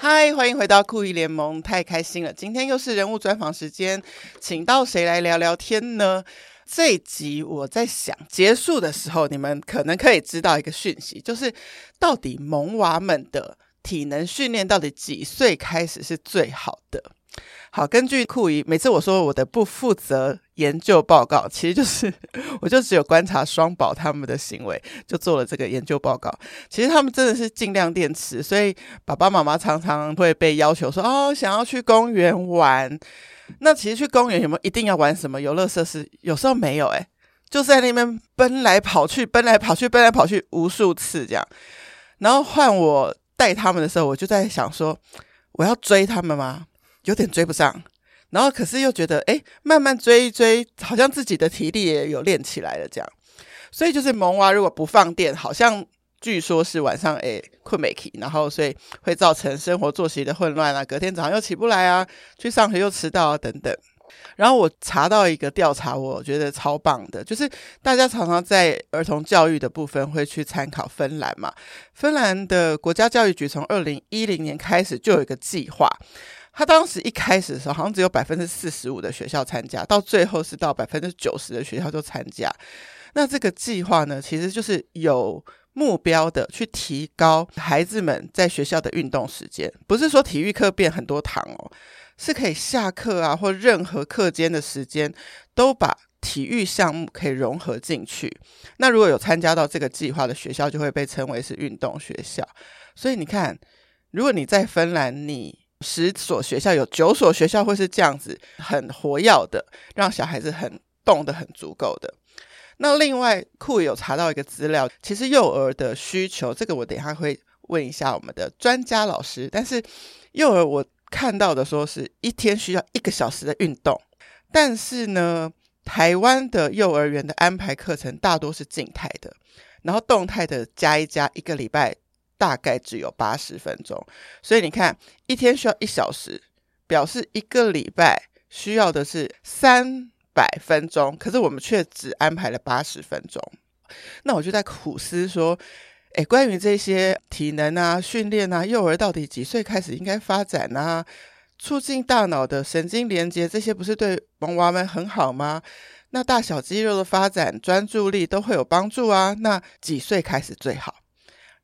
嗨，欢迎回到酷艺联盟，太开心了！今天又是人物专访时间，请到谁来聊聊天呢？这一集我在想，结束的时候你们可能可以知道一个讯息，就是到底萌娃们的体能训练到底几岁开始是最好的？好，根据酷姨，每次我说我的不负责研究报告，其实就是 我就只有观察双宝他们的行为，就做了这个研究报告。其实他们真的是尽量电池，所以爸爸妈妈常常会被要求说：“哦，想要去公园玩。”那其实去公园有没有一定要玩什么游乐设施？有时候没有、欸，诶，就在那边奔来跑去，奔来跑去，奔来跑去无数次这样。然后换我带他们的时候，我就在想说，我要追他们吗？有点追不上。然后可是又觉得，诶，慢慢追一追，好像自己的体力也有练起来了这样。所以就是萌娃如果不放电，好像据说是晚上诶困没起，然后所以会造成生活作息的混乱啊，隔天早上又起不来啊，去上学又迟到啊等等。然后我查到一个调查，我觉得超棒的，就是大家常常在儿童教育的部分会去参考芬兰嘛。芬兰的国家教育局从二零一零年开始就有一个计划，他当时一开始的时候好像只有百分之四十五的学校参加，到最后是到百分之九十的学校都参加。那这个计划呢，其实就是有目标的去提高孩子们在学校的运动时间，不是说体育课变很多堂哦，是可以下课啊或任何课间的时间都把。体育项目可以融合进去，那如果有参加到这个计划的学校，就会被称为是运动学校。所以你看，如果你在芬兰，你十所学校有九所学校会是这样子，很活跃的，让小孩子很动得很足够的。那另外，酷有查到一个资料，其实幼儿的需求，这个我等一下会问一下我们的专家老师。但是，幼儿我看到的说是一天需要一个小时的运动，但是呢，台湾的幼儿园的安排课程大多是静态的，然后动态的加一加，一个礼拜大概只有八十分钟。所以你看，一天需要一小时，表示一个礼拜需要的是三百分钟，可是我们却只安排了八十分钟。那我就在苦思说，诶，关于这些体能啊、训练啊，幼儿到底几岁开始应该发展啊？促进大脑的神经连接，这些不是对萌娃们很好吗？那大小肌肉的发展、专注力都会有帮助啊。那几岁开始最好？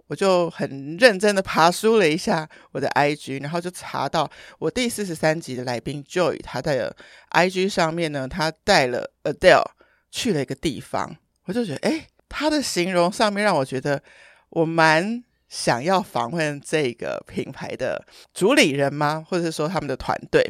我就很认真的爬梳了一下我的 IG，然后就查到我第四十三集的来宾 Joy，他的 IG 上面呢，他带了 Adele 去了一个地方，我就觉得，诶，他的形容上面让我觉得我蛮想要访问这个品牌的主理人吗？或者是说他们的团队，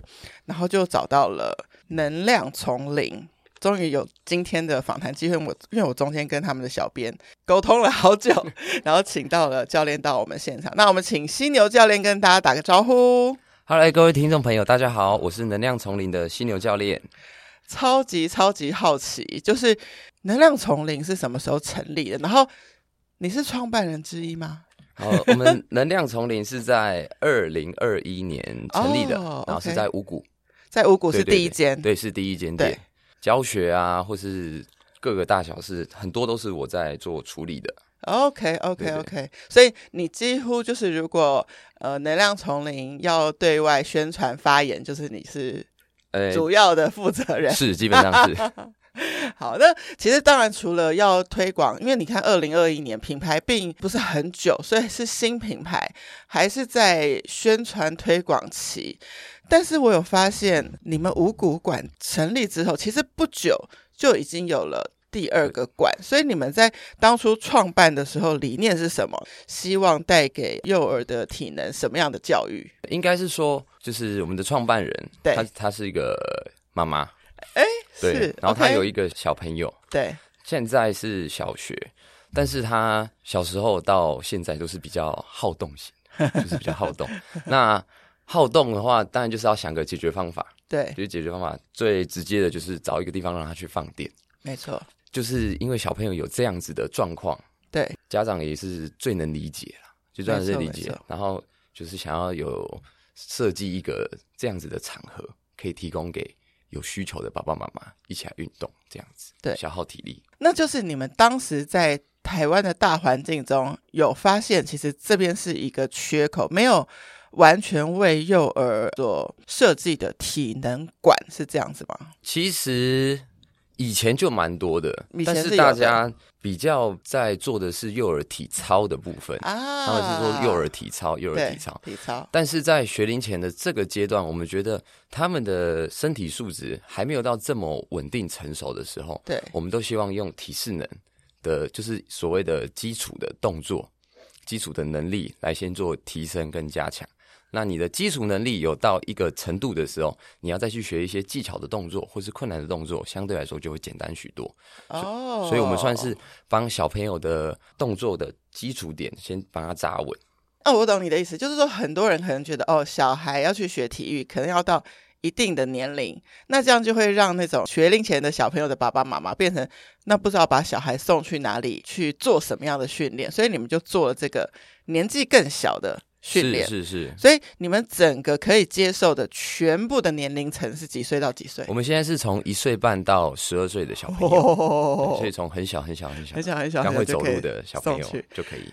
然后就找到了能量丛林。终于有今天的访谈机会，我因为我中间跟他们的小编沟通了好久， 然后请到了教练到我们现场。那我们请犀牛教练跟大家打个招呼。 Hello，各位听众朋友，大家好，我是能量丛林的犀牛教 练。超级超级好奇，就是能量丛林是什么时候成立的？然后你是创办人之一吗？好，我们能量丛林是在二零二一年成立的哦然后是 OK 在五谷，在五谷是对对第一间，对，是第一间对店。教学啊，或是各个大小事，很多都是我在做处理的。 OK OK 对 OK，所以你几乎就是如果呃能量丛林要对外宣传发言，就是你是呃，主要的负责人。是基本上 是好，那其实当然除了要推广，因为你看二零二一年品牌并不是很久，所以是新品牌，还是在宣传推广期。但是我有发现，你们五谷馆成立之后，其实不久就已经有了。第二个馆，所以你们在当初创办的时候，理念是什么？希望带给幼儿的体能什么样的教育？应该是说，就是我们的创办人，对他他是一个妈妈，是对，然后他 OK，有一个小朋友，对现在是小学，但是他小时候到现在都是比较好 动型，就是比较好动。那好动的话，当然就是要想个解决 方法。对，就是解决方法最直接的就是找一个地方让他去放电。没错，就是因为小朋友有这样子的状况，对家长也是最能理解了，就当然是没理错解没错。然后就是想要有设计一个这样子的场合，可以提供给有需求的爸爸妈妈一起来运动，这样子对消耗体力。那就是你们当时在台湾的大环境中有发现，其实这边是一个缺口，没有完全为幼儿所设计的体能馆是这样子吗？其实以前就蛮多的以，前但是有是大的家比较在做的是幼儿体操的部分，啊，他们是说幼儿体操，幼儿对体操。体操，但是在学龄前的这个阶段，我们觉得他们的身体素质还没有到这么稳定成熟的时候，对我们都希望用体适能的，就是所谓的基础的动作、基础的能力来先做提升跟加强。那你的基础能力有到一个程度的时候，你要再去学一些技巧的动作或是困难的动作，相对来说就会简单许多。哦，所以我们算是帮小朋友的动作的基础点先帮他扎稳。哦，我懂你的意思，就是说很多人可能觉得哦，小孩要去学体育，可能要到一定的年龄，那这样就会让那种学龄前的小朋友的爸爸妈妈变成那不知道把小孩送去哪里去做什么样的训练，所以你们就做了这个年纪更小的训练。是是是，所以你们整个可以接受的全部的年龄层是几岁到几岁我？们现在是从一岁半到十二岁的小朋友，哦 所以，从很小很小很小很小很小，刚很会小就走可以路的小朋送去友就可以。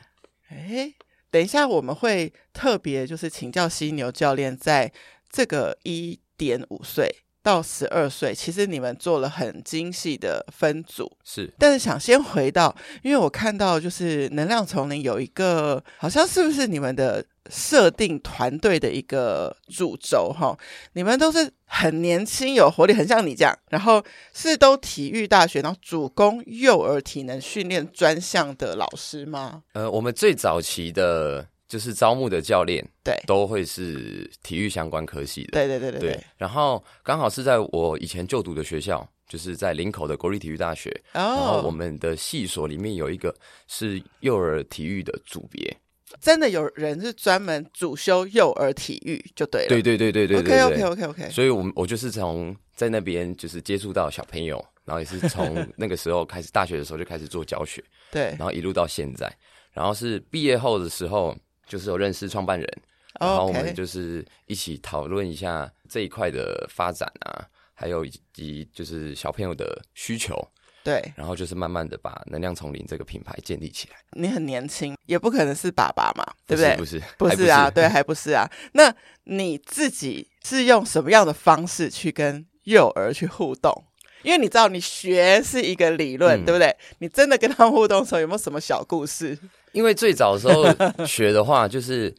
哎，等一下，我们会特别就是请教犀牛教练，在这个一点五岁到十二岁，其实你们做了很精细的分组。是但是想先回到，因为我看到就是能量丛林有一个，好像是不是你们的设定团队的一个主轴哈？你们都是很年轻、有活力，很像你这样，然后是都体育大学，然后主攻幼儿体能训练专项的老师吗？呃，我们最早期的就是招募的教练对，都会是体育相关科系的，对对对对对。然后刚好是在我以前就读的学校，就是在林口的国立体育大学，然后哦，我们的系所里面有一个是幼儿体育的组别。真的有人是专门主修幼儿体育就对了。对对对对对对对 OK OK OK OK。所以我们我就是从在那边就是接触到小朋友，然后也是从那个时候开始，大学的时候就开始做教学，对然，后一路到现在，然后是毕业后的时候，就是有认识创办人，然后我们哦 OK 就是一起讨论一下这一块的发展啊，还有以及就是小朋友的需求，对，然后就是慢慢的把能量丛林这个品牌建立起来，你很年轻，也不可能是爸爸嘛，对对？不是不不是是啊， 还不对，还不是啊。那你自己是用什么样的方式去跟幼儿去互动？因为你知道，你学是一个理论，嗯对不对？你真的跟他们互动的时候，有没有什么小故事？因为最早的时候学的话，就是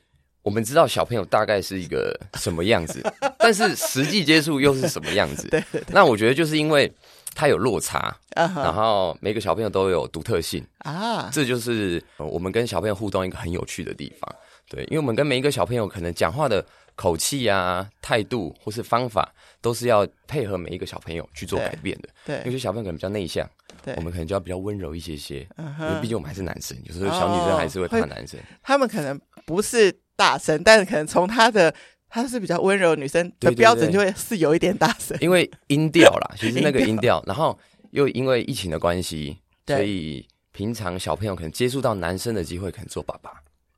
我们知道小朋友大概是一个什么 样子，但是实际接触又是什么样子。对对对，那我觉得就是因为它有落差，啊然哈后每个小朋友都有独特性，啊，这就是呃我们跟小朋友互动一个很有趣的地方。对，因为我们跟每一个小朋友可能讲话的口气啊、态度或是方法，都是要配合每一个小朋友去做对改变的。有对些小朋友可能比较内向，对我，们可能就要比较温柔一些些。嗯因为哼哦毕竟我们还是男生，有时候小女生还是会怕男生。他们可能不是大声，但是可能从她的她是比较温柔的女生的对对标准，对就会是有一点大声。因为音调啦，其实那个音调音调，然后又因为疫情的关系，对所以平常小朋友可能接触到男生的机会可能做爸爸，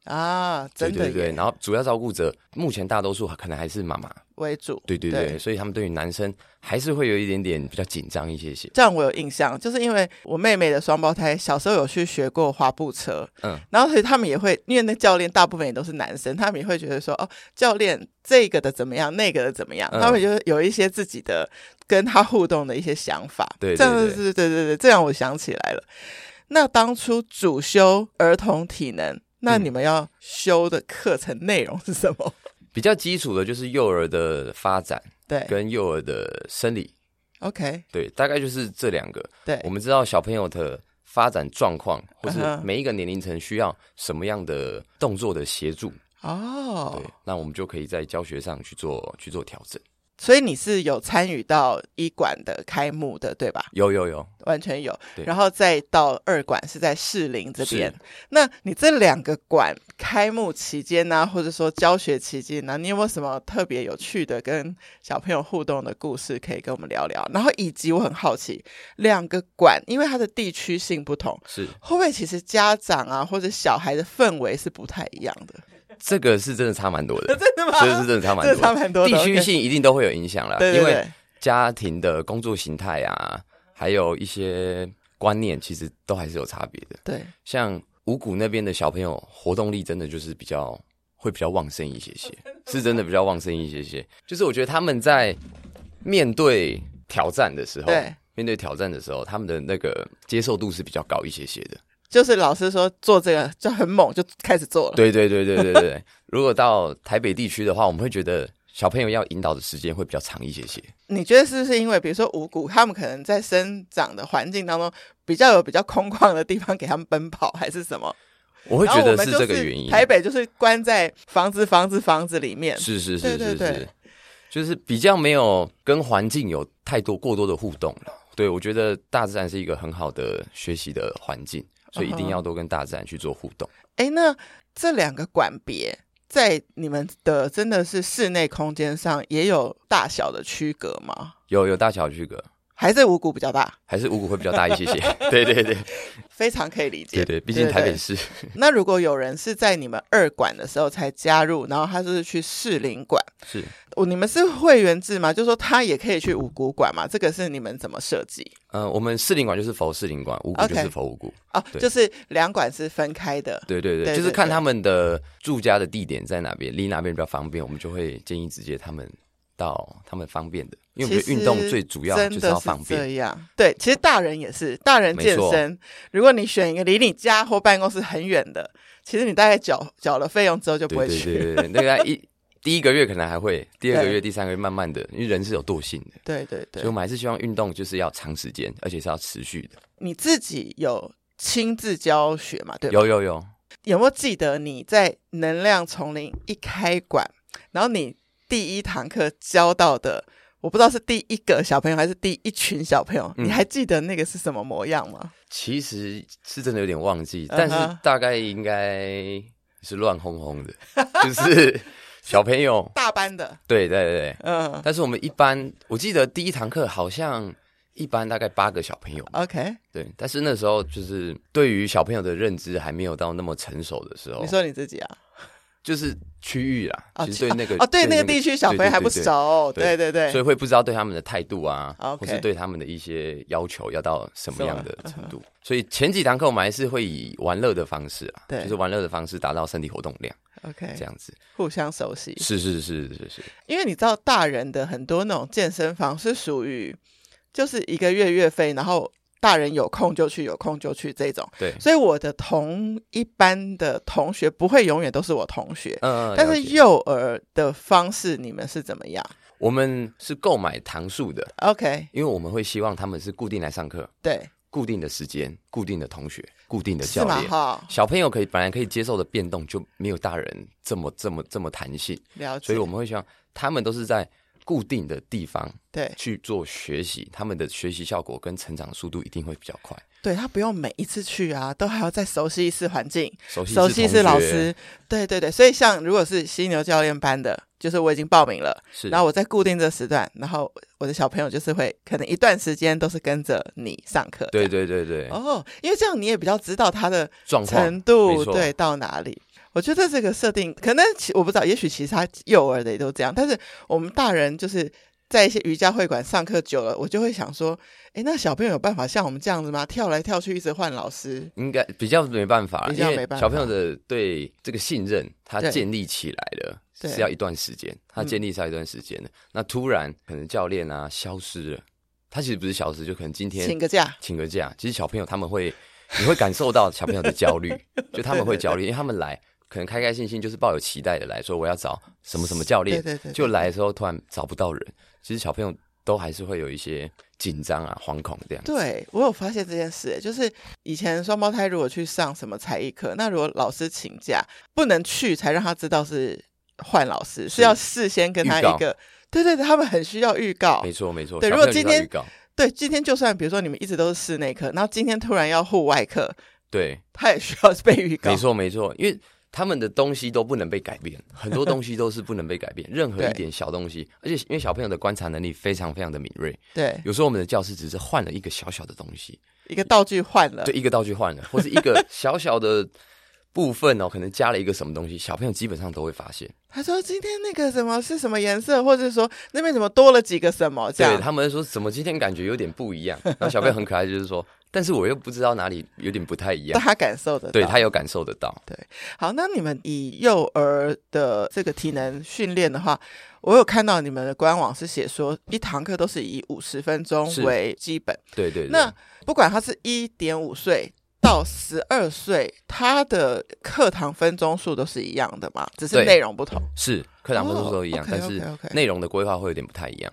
啊，对真的对对，耶然后主要照顾者目前大多数可能还是妈妈，为主。对对对，所以他们对于男生还是会有一点点比较紧张一些些，这样我有印象，就是因为我妹妹的双胞胎小时候有去学过滑步车，嗯，然后所以他们也会，因为那教练大部分也都是男生，他们也会觉得说，哦，教练这个的怎么样，那个的怎么样，嗯他们就是有一些自己的跟他互动的一些想法。对这样对子是，对对对，这样我想起来了。那当初主修儿童体能，那嗯你们要修的课程内容是什么？ 比较基础的就是幼儿的发展对跟幼儿的生理， ，OK，对，大概就是这两个。对我们知道小朋友的发展状况，或是嗯哼每一个年龄层需要什么样的动作的协助，哦对，，那我们就可以在教学上去做去做调整。所以你是有参与到一馆的开幕的，对吧？有有有，完全有，对然后再到二馆是在士林这边是。那你这两个馆开幕期间呢、或者说教学期间呢、你有没有什么特别有趣的跟小朋友互动的故事可以跟我们聊聊？然后以及我很好奇，两个馆因为它的地区性不同，是会不会其实家长啊或者小孩的氛围是不太一样的？ 这个是真的差蛮多 的，真的吗？这个是真的差蛮这 多差的。蛮多的地区 OK 性一定都会有影响啦，对对因为对家庭的工作形态啊，还有一些观念其实都还是有差别的。对，像五谷那边的小朋友，活动力真的就是比较会比较旺盛一 些些，是真的比较旺盛一些些。就是我觉得他们在面对挑战的时候对，面对挑战的时候，他们的那个接受度是比较高一些些的。就是老师说做这个就很猛，就开始做了。对对对对对对对。如果到台北地区的话，我们会觉得小朋友要引导的时间会比较长一些些。你觉得是不是因为，比如说五谷，他们可能在生长的环境当中比较有比较空旷的地方给他们奔跑，还是什么？我会然后觉我得们是就这个原因。台北就是关在房子、房子、房子里面。是是对是对是对是，就是比较没有跟环境有太多过多的互动了。对，我觉得大自然是一个很好的学习的环境，所以一嗯定哼要多跟大自然去做互动。哎，那这两个馆别在你们的真的是室内空间上也有大小的区隔吗？有有大小区隔，还是五谷比较大？还是五谷会比较大一些些。 对对对非常可以理解。对对，毕竟台对北市那如果有人是在你们二馆的时候才加入，然后他是去士林馆，是哦，你们 是会员制吗？就说他也可以去五谷馆嘛？这个是你们怎么设计？ 呃，我们士林馆就是佛士林馆，五谷就 OK 是佛五谷。哦，对就是两馆是分开的。对对对对，就是对看对他们的住家的地点在哪边，离哪边比较方便，我们就会建议直接他们到他们方便的，因为其我觉得实运动最主要真就是的要方便。这样，对，其实大人也是，大人健身，如果你选一个离你家或办公室很远的，其实你大概缴缴了费用之后就不对会对去。对对对，那个一第一个月可能还会，第二个对月、第三个月慢慢的，因为人是有惰性的，对对所对以我们还是希望运动就是要长时间，而且是要持续的。你自己有亲自教学嘛？对吧？有有有，有没有记得你在能量丛林一开馆，然后你第一堂课教到的，我不知道是第一个小朋友还是第一群小朋友，嗯你还记得那个是什么模样吗？其实是真的有点忘记，嗯哼但是大概应该是乱哄哄的， 就是小朋友， 大班的，对对对对。嗯但是我们一般，我记得第一堂课好像一般大概八个小朋友，嗯，OK，对。但是那时候就是对于小朋友的认知还没有到那么成熟的时候你，说你自己啊？就是区域啦，啊其实对那个哦，对，那个个地区小朋友还不，熟，对对对对哦所以会不知道对他们的态度啊， OK 嗯或是对他们的一些要求要到什么样的程度。所以前几堂课我们还是会以玩乐的方式啊，对哎就是玩乐的方式达到身体活动量 o 这 k 样子。互相熟悉。是是是是是，因为你知道，大人的很多那种健身房是属于就是一个月月费，然后大人有空就去，有空就去这种。对，所以我的同一班的同学不会永远都是我同学，嗯，嗯但了是解幼儿的方式你们是怎么样我们是购买堂数的， ？OK，因为我们会希望他们是固定来上课，对，固定的时间、固定的同学、固定的是教吗？练。哈，小朋友可以本来可以接受的变动就没有大人这么这么这么弹性，了解。所以我们会希望他们都是在固定的地方对去做学习，他们的学习效果跟成长速度一定会比较快。对他不用每一次去啊，都还要再熟悉一次环境，熟悉熟悉一是次老，师。对对对，所以像如果是犀牛教练班的，就是我已经报名了，是，然后我在固定这时段，然后我的小朋友就是会可能一段时间都是跟着你上课。对对对对，哦，因为这样你也比较知道他的状程况度没错对到哪里。我觉得这个设定可能其我不知道，也许其他幼儿的也都这样，但是我们大人就是在一些瑜伽会馆上课久了，我就会想说，诶，那小朋友有办法像我们这样子吗？跳来跳去，一直换老师，应该比较没办法，比因较为没办法小朋友的对这个信任，他对建立起来了对嗯是要一段时间，他建立是要一段时间的。那突然可能教练啊消失了，他其实不是消失，就可能今请天个假，请个假。其实小朋友他们会， 你会感受到小朋友的焦 虑，就他们会焦虑，因为他们来可能开开心心，就是抱有期待的来说我要找什么什么教对练，对对，就对来的时候突然找不到人，其实小朋友都还是会有一些紧张啊、惶恐这样。对我有发现这件事，就是以前双胞胎如果去上什么才艺课，那如果老师请假不能去，才让他知道是换老师，是要事先跟他预告一个，对对对，他们很需要预告没。错没错，对小如果朋友今就要天预告对，今天就算比如说你们一直都是室内课，然后今天突然要户外课，对。他也需要被预告。没错，没错，因为他们的东西都不能被改变，很多东西都是不能被改 变，任何对一点小东西，而且因为小朋友的观察能力非常非常的敏锐，对，有时候我们的教室只是换了一个小小的东西，一个道具换了，就一个道具换 了，或是一个小小的部分哦，可能加了一个什么东西，小朋友基本上都会发现。他说今天那个什么是什么颜色，或者说那边怎么多了几个什么这对样。 他们说，怎么今天感觉有点不一样？然后小朋友很可爱，就是说，但是我又不知道哪里有点不太一 样但。他感受得到。对他有感受得到，好，那你们以幼儿的这个体能训练的话，我有看到你们的官网是写说，一堂课都是以五十分钟是为基本。对对对。那不管他是一点五岁到十二岁，他的课堂分钟数都是一样的嘛，只是对内容不同。是课堂分数都一样哦，但是 OK，OK，OK 内容的规划会有点不太一样。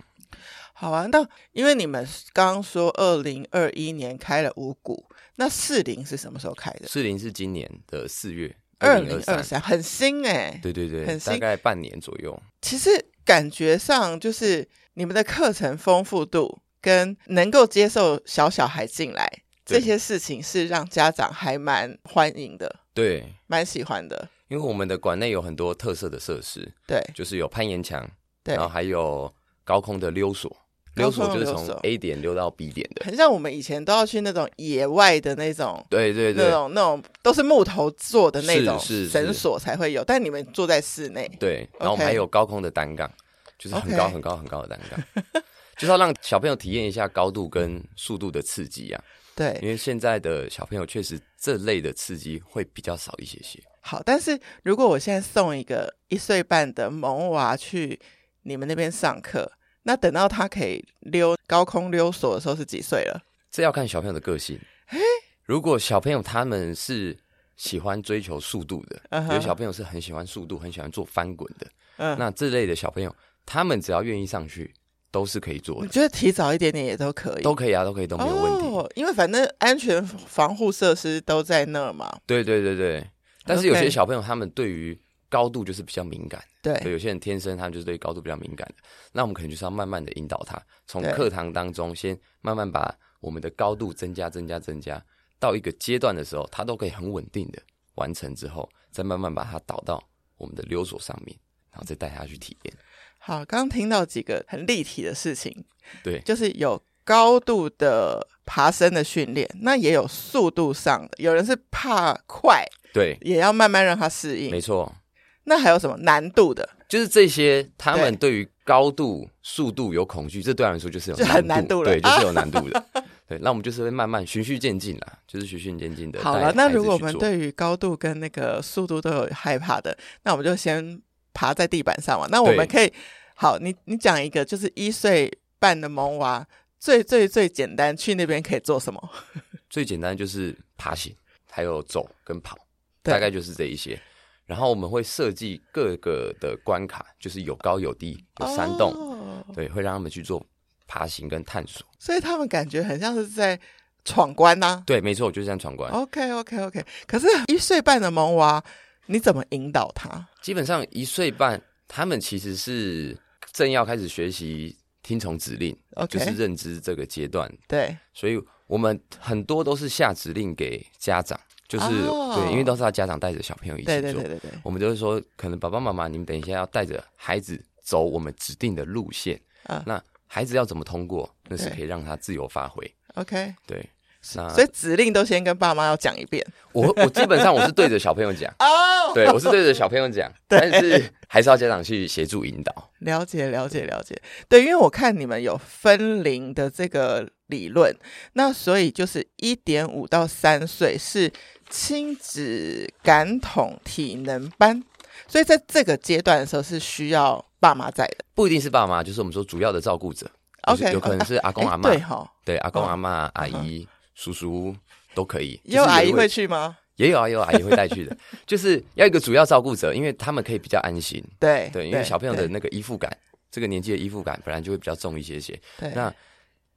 好啊，那因为你们刚刚说二零二一年开了五股，那四零是什么时候开的？四零是今年的四月，二零零二三，三，很新哎、对对对很，新大概半年左右。其实感觉上就是你们的课程丰富度跟能够接受小小孩进来这对些事情，是让家长还蛮欢迎的，对，蛮喜欢的。因为我们的馆内有很多特色的设施，对就是有攀岩墙，对然，后还有高空的溜索，溜索就是高空从的溜索 A 点溜到 B 点的。很像我们以前都要去那种野外的那种。对对那对种那种都是木头做的那种是是是嗯绳索才会有，但你们坐在室内，对，然后我 OK 们还有高空的单杠，就是很 OK 高很高很高的单杠， 就是要让小朋友体验一下高度跟速度的刺激啊。对，因为现在的小朋友确实这类的刺激会比较少一些些。好，但是如果我现在送一个一岁半的萌娃去你们那边上课，那等到他可以溜高空溜索的时候是几岁了？这要看小朋友的个性。如果小朋友他们是喜欢追求速度的嗯哼有小朋友是很喜欢速度，很喜欢做翻滚的， 嗯，那这类的小朋友，他们只要愿意上去，都是可以做我的，觉得提早一点点也都可以，都可以啊，都可以，都没有问题。哦，因为反正安全防护设施都在那儿嘛。对对对对，但是有 OK 些小朋友他们对于高度就是比较敏感，对，对，有些人天生他们就是对高度比较敏感的，那我们可能就是要慢慢的引导他，从对课堂当中先慢慢把我们的高度增加、增加、增加，到一个阶段的时候，他都可以很稳定的完成之后，再慢慢把它导到我们的溜索上面，然后再带他去体验。好，刚刚听到几个很立体的事情，对就是有高度的爬升的训练，那也有速度上的，有人是怕快，对，也要慢慢让他适应没。错，那还有什么难度的？就是这些，他们对对于高度、速度有恐惧，这对他们来说就是有就很难度了 对，就是有难度的。对，那我们就是会慢慢循序渐进啦，就是循序渐进的。好了，那如果我们对于高度跟那个速度都有害怕的，那我们就先爬在地板上嘛。那我们对可以，好，你你讲一个，就是一岁半的萌娃，最最最简单，去那边可以做什么？最简单就是爬行，还有走跟跑，对大概就是这一些。然后我们会设计各个的关卡，就是有高有低，有山洞，哦对，会让他们去做爬行跟探索。所以他们感觉很像是在闯关啊呐、对，没错，就是这样闯关。 OK OK OK，可是，一岁半的萌娃，你怎么引导他？基本上一岁半，他们其实是正要开始学习听从指令 OK 就是认知这个阶段。对，所以我们很多都是下指令给家长，就是、哦对，因为都是他家长带着小朋友一起做。对对对对对，我们就是说，可能爸爸妈妈，你们等一下要带着孩子走我们指定的路线。啊那孩子要怎么通过，那是对可以让他自由发挥。 ，OK。对，那所以指令都先跟爸妈要讲一遍，我我基本上我是对着小朋友讲哦。对我是对着小朋友 讲，但是还是要家长去协助引导。了解，了解，了解。对，因为我看你们有分龄的这个理论，那所以就是一点五到三岁是亲子感统体能班，所以在这个阶段的时候是需要爸妈在的。不一定是爸妈，就是我们说主要的照顾者就是 OK，有可能是阿公哎阿妈对哈，对，阿公、哦阿妈、阿姨、叔叔都可以。也有就是阿姨一位会去吗？也有啊，也有阿姨会带去的， 就是要一个主要照顾者，因为他们可以比较安心。哎对对，因为小朋友的对那个依附感，这个年纪的依附感本来就会比较重一些些。对那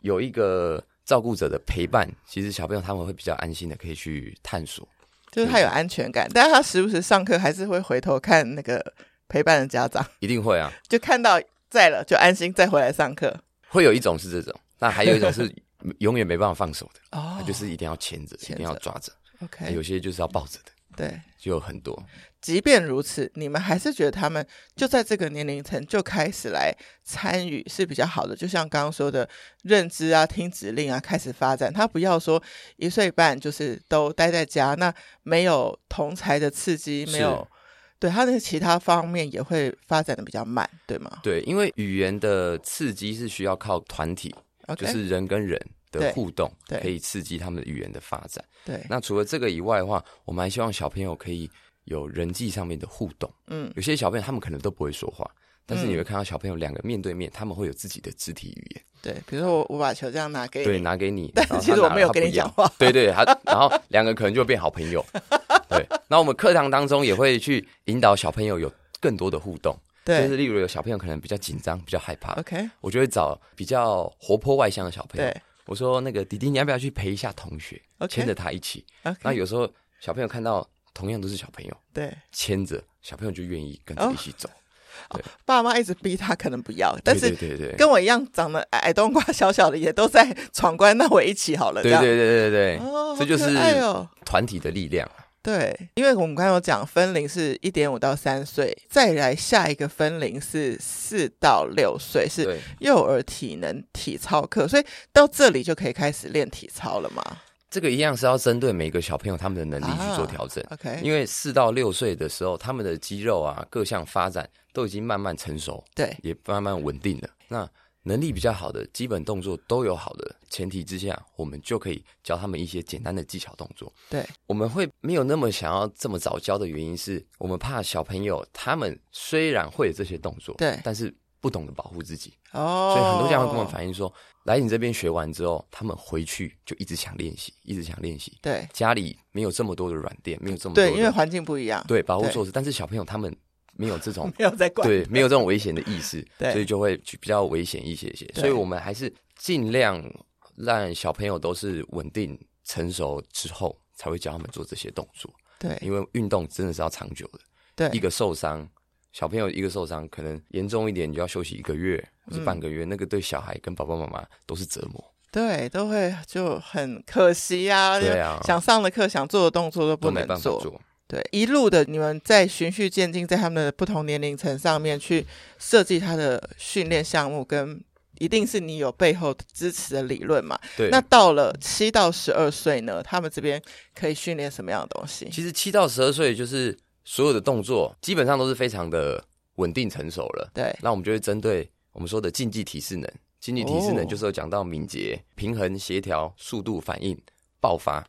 有一个照顾者的陪伴，其实小朋友他们会比较安心的，可以去探索。就是他有安全感，但是他时不时上课还是会回头看那个陪伴的家长， 一定会啊，就看到在了就安心再回来上课。会有一种是这种，那还有一种是永远没办法放手的， 哦他就是一定要牵着，牵着哎一定要抓着，那 OK，有些就是要抱着的，对。就有很多。即便如此，你们还是觉得他们就在这个年龄层就开始来参与是比较好的。就像刚刚说的，认知啊、听指令啊，开始发展。他不要说一岁半就是都待在家，那没有同才的刺激，是没有对他的其他方面也会发展的比较慢，对吗对，因为语言的刺激是需要靠团体 o 就 k 是人跟人的对互动，对可以刺激他们的语言的发展。对，那除了这个以外的话，我们还希望小朋友可以有人际上面的互动。嗯，有些小朋友他们可能都不会说话，但是嗯你会看到小朋友两个面对面，他们会有自己的肢体语言，对，比如说我我把球这样拿给对， 你，拿给你。但然后其实他拿我了没有他跟不你要讲话对对，他然后两个可能就变好朋友。对，那我们课堂当中也会去引导小朋友有更多的互动，就对是例如有小朋友可能比较紧张、比较害怕， ，OK，我就会找比较活泼外向的小朋友。对我说：“那个弟弟，你要不要去陪一下同学， OK 牵着他一起？”那，OK，有时候小朋友看到同样都是小朋友对，牵着，小朋友就愿意跟着一起走。爸妈一直逼他，可能不要，哦但对是对对对，跟我一样长得矮矮冬瓜小小的，也都在闯关，那我一起好了，这对样对对对对，哦，这就好是可爱哦。团体的力量。啊对，因为我们刚刚有讲分龄是一点五到三岁，再来下一个分龄是四到六岁，是对，幼儿体能体操课，所以到这里就可以开始练体操了嘛这个一样是要针对每个小朋友他们的能力去做调整。 ？OK，因为四到六岁的时候，他们的肌肉啊各项发展都已经慢慢成熟，对也慢慢稳定了。那能力比较好的基本动作都有好的前提之下，我们就可以教他们一些简单的技巧动作。对，我们会没有那么想要这么早教的原因是，我们怕小朋友他们虽然会有这些动作，对但是不懂得保护自己，哦，所以很多家长会跟我反映说，来你这边学完之后，他们回去就一直想练习，一直想练习。对家里没有这么多的软垫，没有这么多的对，因为环境不一样，对保护对措施，但是小朋友他们没有这种没有在管，对，没有这种危险的意识，对所以就会去比较危险一些些。对所以我们还是尽量让小朋友都是稳定成熟之后，才会教他们做这些动作，对因为运动真的是要长久的。对，一个受伤，小朋友一个受伤，可能严重一点你就要休息一个月嗯或是半个月，那个对小孩跟爸爸妈妈都是折磨，对，都会就很可惜呀、对啊就想上的课、想做的动作都都不没能办法做。做。对，一路的你们在循序渐进，在他们的不同年龄层上面去设计他的训练项目，跟一定是你有背后支持的理论嘛。对，那到了七到十二岁呢，他们这边可以训练什么样的东西？其实七到十二岁就是所有的动作基本上都是非常的稳定成熟了。对那我们就会针对我们说的竞技体适能，竞技体适哦能就是有讲到敏捷、平衡、协调、速度、反应、爆发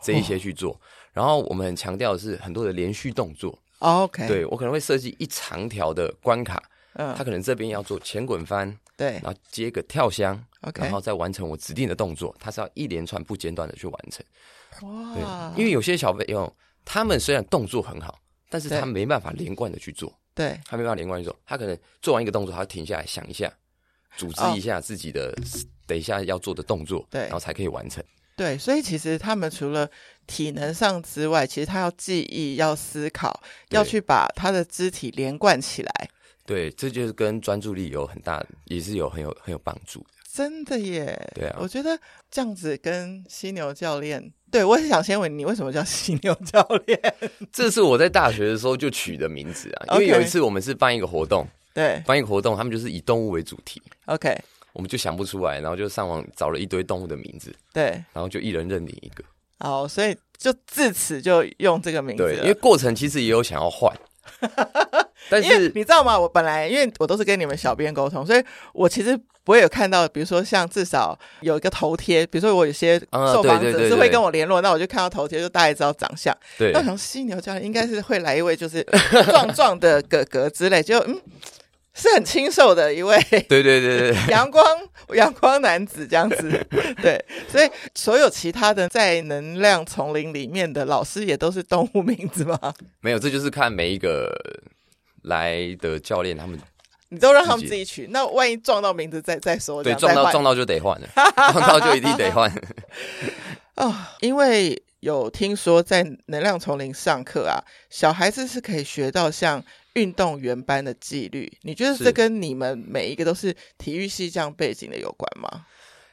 这一些去做。哦然后我们很强调的是很多的连续动作，哦，OK，对我可能会设计一长条的关卡，嗯他，可能这边要做前滚翻，对然后接个跳箱， ，OK，然后再完成我指定的动作，它是要一连串不间断的去完成。哇，对，因为有些小朋友他们虽然动作很好，但是对他没办法连贯的去做，对他没办法连贯地去做，他可能做完一个动作，他要停下来想一下，组织一下自己的、等一下要做的动作，哦对然后才可以完成。对，所以其实他们除了体能上之外，其实他要记忆、要思考、对要去把他的肢体连贯起来。对，这就是跟专注力有很大，也是有很有很有帮助的。真的耶！对啊我觉得这样子跟犀牛教练，对我也想先问你，为什么叫犀牛教练？ 这是我在大学的时候就取的名字啊，因为 OK 有一次我们是办一个活动，对办一个活动，他们就是以动物为主题， ，OK，我们就想不出来，然后就上网找了一堆动物的名字，对，然后就一人认领一个。好，所以就自此就用这个名字啊对，因了为过程其实也有想 要换，但因为是你知道吗？我本来因为我都是跟你们小编沟通，所以我其实不会有看到，比如说像至少有一个头贴，比如说我有些啊受访对对者对是会对跟我联络，那我就看到头贴，就大概知道长相。对那我想犀牛教练应该是会来一位就是壮壮的哥哥之类，就嗯，是很清瘦的一位 对对对对对阳光阳光男子这样 子。对，所以所有其他的在能量丛林里面的老师也都是动物名字吗？没有，这就是看每一个来的教练他们你都让他们自己自己取，那万一撞到名字再再说，这对样撞再到换撞到就得 换了，撞到就一定得换。因为有听说在能量丛林上课啊，小孩子是可以学到像运动员般的纪律。你觉得是这跟你们每一个都是体育系这样背景的有关吗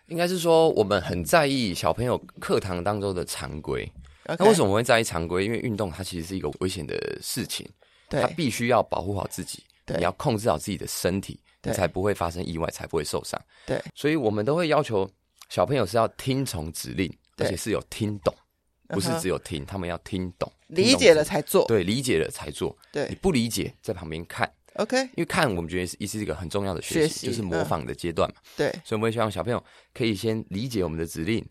应该是说我们很在意小朋友课堂当中的常规。 ？OK，那为什么我会在意常规？因为运动它其实是一个危险的事情，对他必须要保护好自己，对你要控制好自己的身体，对你才不会发生意外，才不会受伤。对，所以我们都会要求小朋友是要听从指令，对而且是有听懂，不是嗯哼只有听，他们要听懂，理解了听懂才做？指令对，理解了才做。对你不理解，在旁边看， OK，因为看我们觉得是也是一个很重要的学学习，习嗯就是模仿的阶段嘛。对，所以我们会希望小朋友可以先理解我们的指令，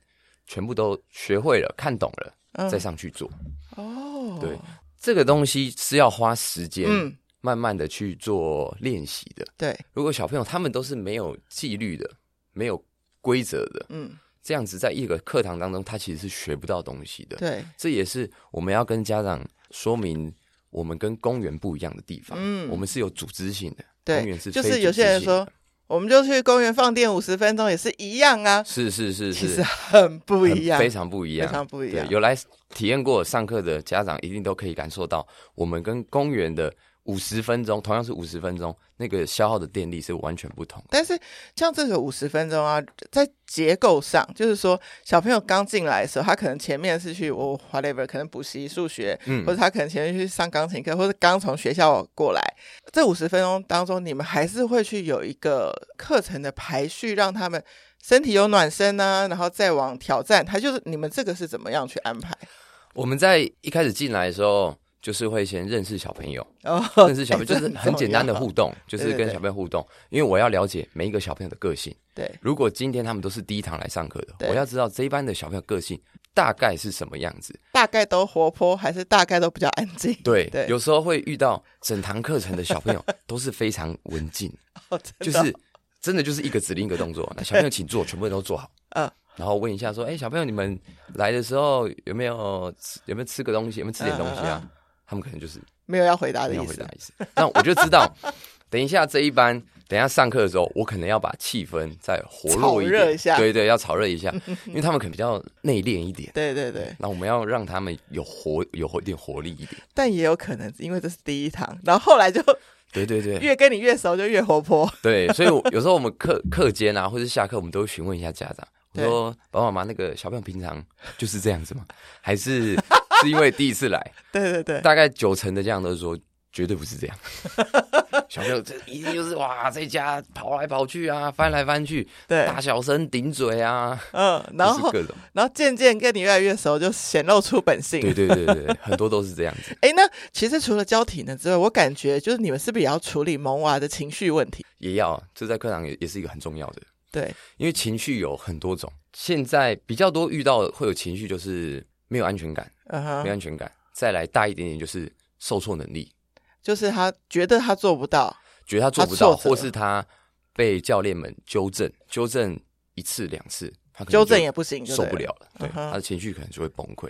全部都学会了、看懂了，嗯再上去做。哦，对，这个东西是要花时间，嗯，慢慢的去做练习的。对，如果小朋友他们都是没有纪律的、没有规则的，嗯，这样子在一个课堂当中，他其实是学不到东西的。对，这也是我们要跟家长说明，我们跟公园不一样的地方。嗯我们是有组织性的，公对园，是就非是组有些人织性的说，，我们就去公园放电五十分钟也是一样啊，是是是其是，实很不一样，很非常不一样，非常不一样对有来体验过上课的家长，一定都可以感受到，我们跟公园的五十分钟，同样是五十分钟，那个消耗的电力是完全不同的。但是像这个五十分钟啊，在结构上，就是说小朋友刚进来的时候，他可能前面是去我、whatever，可能补习数学，嗯或者他可能前面去上钢琴课，或者刚从学校过来。这五十分钟当中，你们还是会去有一个课程的排序，让他们身体有暖身呢、然后再往挑战。他就是你们这个是怎么样去安排？我们在一开始进来的时候，就是会先认识小朋友，哦，认识小 朋友就是哎很简单的互动。动，就是对对跟对小朋友互动，因为我要了解每一个小朋友的个性。对，如果今天他们都是第一堂来上课的，对我要知道这一班的小朋友个性大概是什么样子。大概都活泼，还是大概都比较安静？对，对，有时候会遇到整堂课程的小 朋友都是非常文静，哦真的就是真的就是一个指令一个动作， 那小朋友请做，全部人都做好。嗯然后问一下说，哎、小朋友你们来的时候有没有吃有没有吃个东西，有没有吃点东西啊？嗯他们可能就是 没有要回答的没有意回思。答啊意思。 那我就知道，等一下这一班，等一下上课的时候，我可能要把气氛再活络炒热点，一下对对，要炒热一 下，因为他们可能比较内敛一点。对对对，那我们要让他们有活有活一点活力一点，但也有可能因为这是第一堂，然后后来就对对对，越跟你越熟，就越活泼。对，所以我有时候我们课课间啊，或者下课，我们都会询问一下家长，我对说爸爸妈妈，那个小朋友平常就是这样子吗？还是 是因为第一次来？对对对，大概九成的家长都是说。绝对不是 这样，小朋友这一定就是哇，在家跑来跑去啊，翻来翻去，嗯对大小声顶嘴啊，嗯，然就是后 各种，然后渐渐跟你越来越熟，就显露出本性。对对对对，对很多都是这样子，哎，那其实除了教体能之外，我感觉就是你们是不是也要处理萌娃的情绪问题？也要啊这在课堂也也是一个很重要的，对，因为情绪有很多种，现在比较多遇到会有情绪就是没有安全感，嗯没哼，安全感，再来大一点点就是受挫能力，就是他觉得他做不到，觉得他做不他到，挫折或是他被教练们纠正，纠正一次两次，他可能纠就正也不行，就受对不。了了，对，嗯哼他的情绪可能就会崩溃。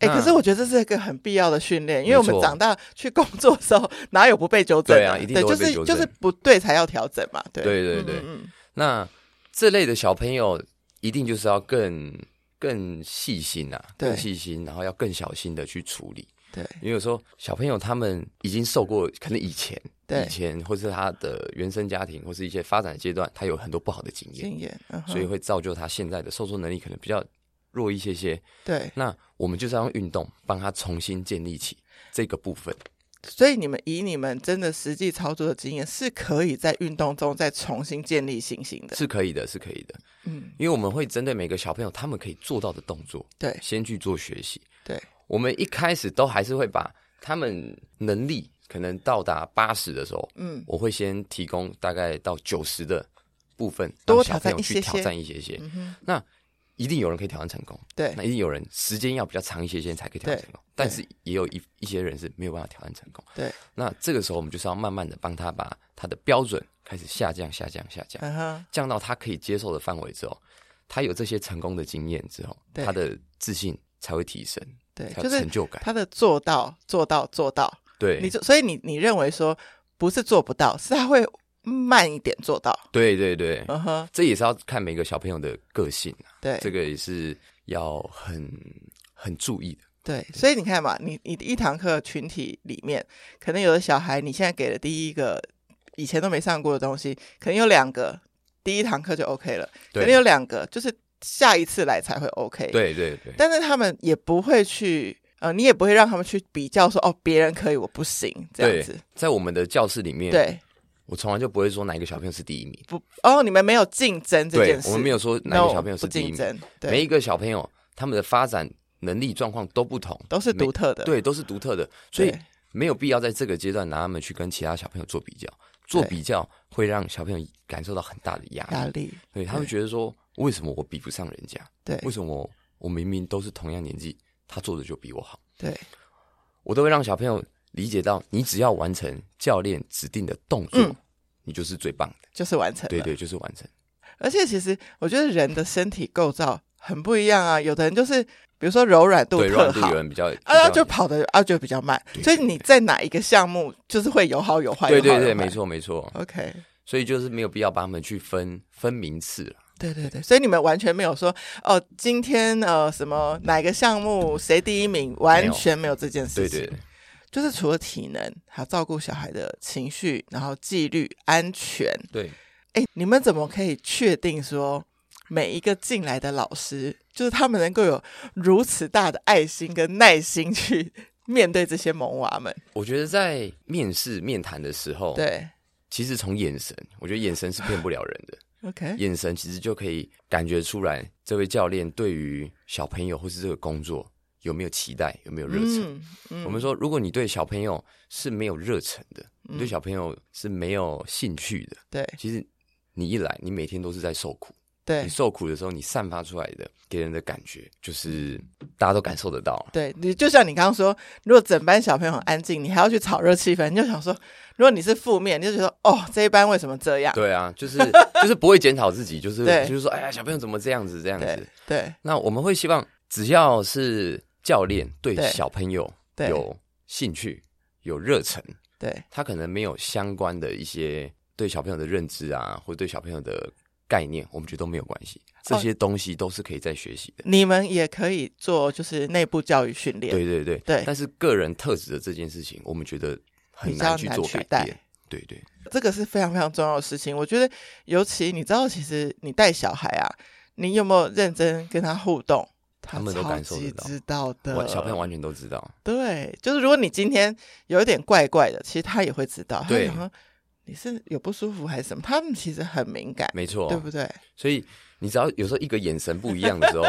哎，那可是我觉得这是一个很必要的训练，因为没我们错长大去工作的时候，哪有不被纠正的？对啊一定对，都会就被是纠就是正不对才要调整嘛。对对对对，嗯嗯那这类的小朋友一定就是要更更细心啊，对更细心，然后要更小心的去处理。对因为有时候小朋友他们已经受过，可能以前对以前或是他的原生家庭或是一些发展阶段，他有很多不好的经验，经验，嗯哼所以会造就他现在的受挫能力可能比较弱一些些。对，那我们就是要用运动帮他重新建立起这个部分。所以你们以你们真的实际操作的经验，是可以在运动中再重新建立信心的。是可以的，是可以的。嗯，因为我们会针对每个小朋友他们可以做到的动作，对先去做学习。对，我们一开始都还是会把他们能力可能到达八十的时候，嗯，我会先提供大概到九十的部分，多让小朋友挑去挑战战一些些。那一定有人可以挑战成功，嗯对那一定有人时间要比较长一些些才可以挑战成功，但是也有一一些人是没有办法挑战成功。对，那这个时候我们就是要慢慢的帮他把他的标准开始下降、下降、下降，嗯哼，降到他可以接受的范围之后，他有这些成功的经验之后，对他的自信才会提升，对，才就有是成就感。他的做到，做到，做到。对，你就所以你你认为说不是做不到，是他会慢一点做到。对对对，嗯哼，这也是要看每个小朋友的个性啊，对这个也是要很很注意的。对，所以你看嘛，你你一堂课群体里面，可能有的小孩你现在给了第一个以前都没上过的东西，可能有两个第一堂课就 OK 了，可对能有两个就是下一次来才会 OK。对对对，但是他们也不会去，呃，你也不会让他们去比较说，哦，别人可以，我不行这样对子。在我们的教室里面，对，我从来就不会说哪一个小朋友是第一名，不，哦，你们没有竞争这对件事，我们没有说哪 no 个小朋友是不第一竞名，争，每对，一个小朋友他们的发展能力状况都不同，都是独特的，对，都是独特的，所以对没有必要在这个阶段拿他们去跟其他小朋友做比较，做比较会让小朋友感受到很大的压力，压力，对他会觉得说，为什么我比不上人家？对为什么我明明都是同样年纪，他做的就比我好？对我都会让小朋友理解到，你只要完成教练指定的动作，嗯呃你就是最棒的。就是完成了。对对，就是完成。而且其实我觉得人的身体构造很不一样啊，有的人就是比如说柔软度对，特软度好有。人比较， 啊，然后比就较跑的啊就比较慢，对所以你在哪一个项目就是会有好有坏，对有好对有对，坏没。错没错。 OK，所以就是没有必要把他们去分分名次了。对对对，所以你们完全没有说哦，今天呃什么哪个项目谁第一名，完全没有这件事对情。对对就是除了体能，还有照顾小孩的情绪，然后纪律、安全。对，哎，你们怎么可以确定说每一个进来的老师，就是他们能够有如此大的爱心跟耐心去面对这些萌娃们？我觉得在面试面谈的时候，，对其实从眼神，我觉得眼神是骗不了人 的。 ，OK，眼神其实就可以感觉出来，这位教练对于小朋友或是这个工作有没有期待，有没有热忱。嗯嗯我们说，如果你对小朋友是没有热忱的，嗯你对小朋友是没有兴趣的，对其实你一来，你每天都是在受苦。对你受苦的时候，你散发出来的给人的感觉，就是大家都感受得到。嗯 对，你就像你刚刚说，如果整班小朋友很安静，你还要去炒热气氛，你就想说，如果你是负面，你就觉得哦，这一班为什么这样？对啊，就是就是不会检讨自己，就是对就是说，哎呀，小朋友怎么这样子这样对子。对那我们会希望，只要是教练对对小朋友对有兴趣、有热忱，对他可能没有相关的一些对小朋友的认知啊，或对小朋友的概念，我们觉得都没有关系。哦这些东西都是可以在学习的。你们也可以做就是内部教育训练，对对对对但是个人特质的这件事情，我们觉得很比较难去难做取改代变。对对这个是非常非常重要的事情。我觉得，尤其你知道，其实你带小孩啊，你有没有认真跟他互动？他他们都超感受得级到知道完的。小朋友完全都知道。对，就是如果你今天有一点怪怪的，其实他也会知道，他对会想说你是有不舒服还是什么，他们其实很敏感，没错，对不对？所以你只要有时候一个眼神不一样 的时候，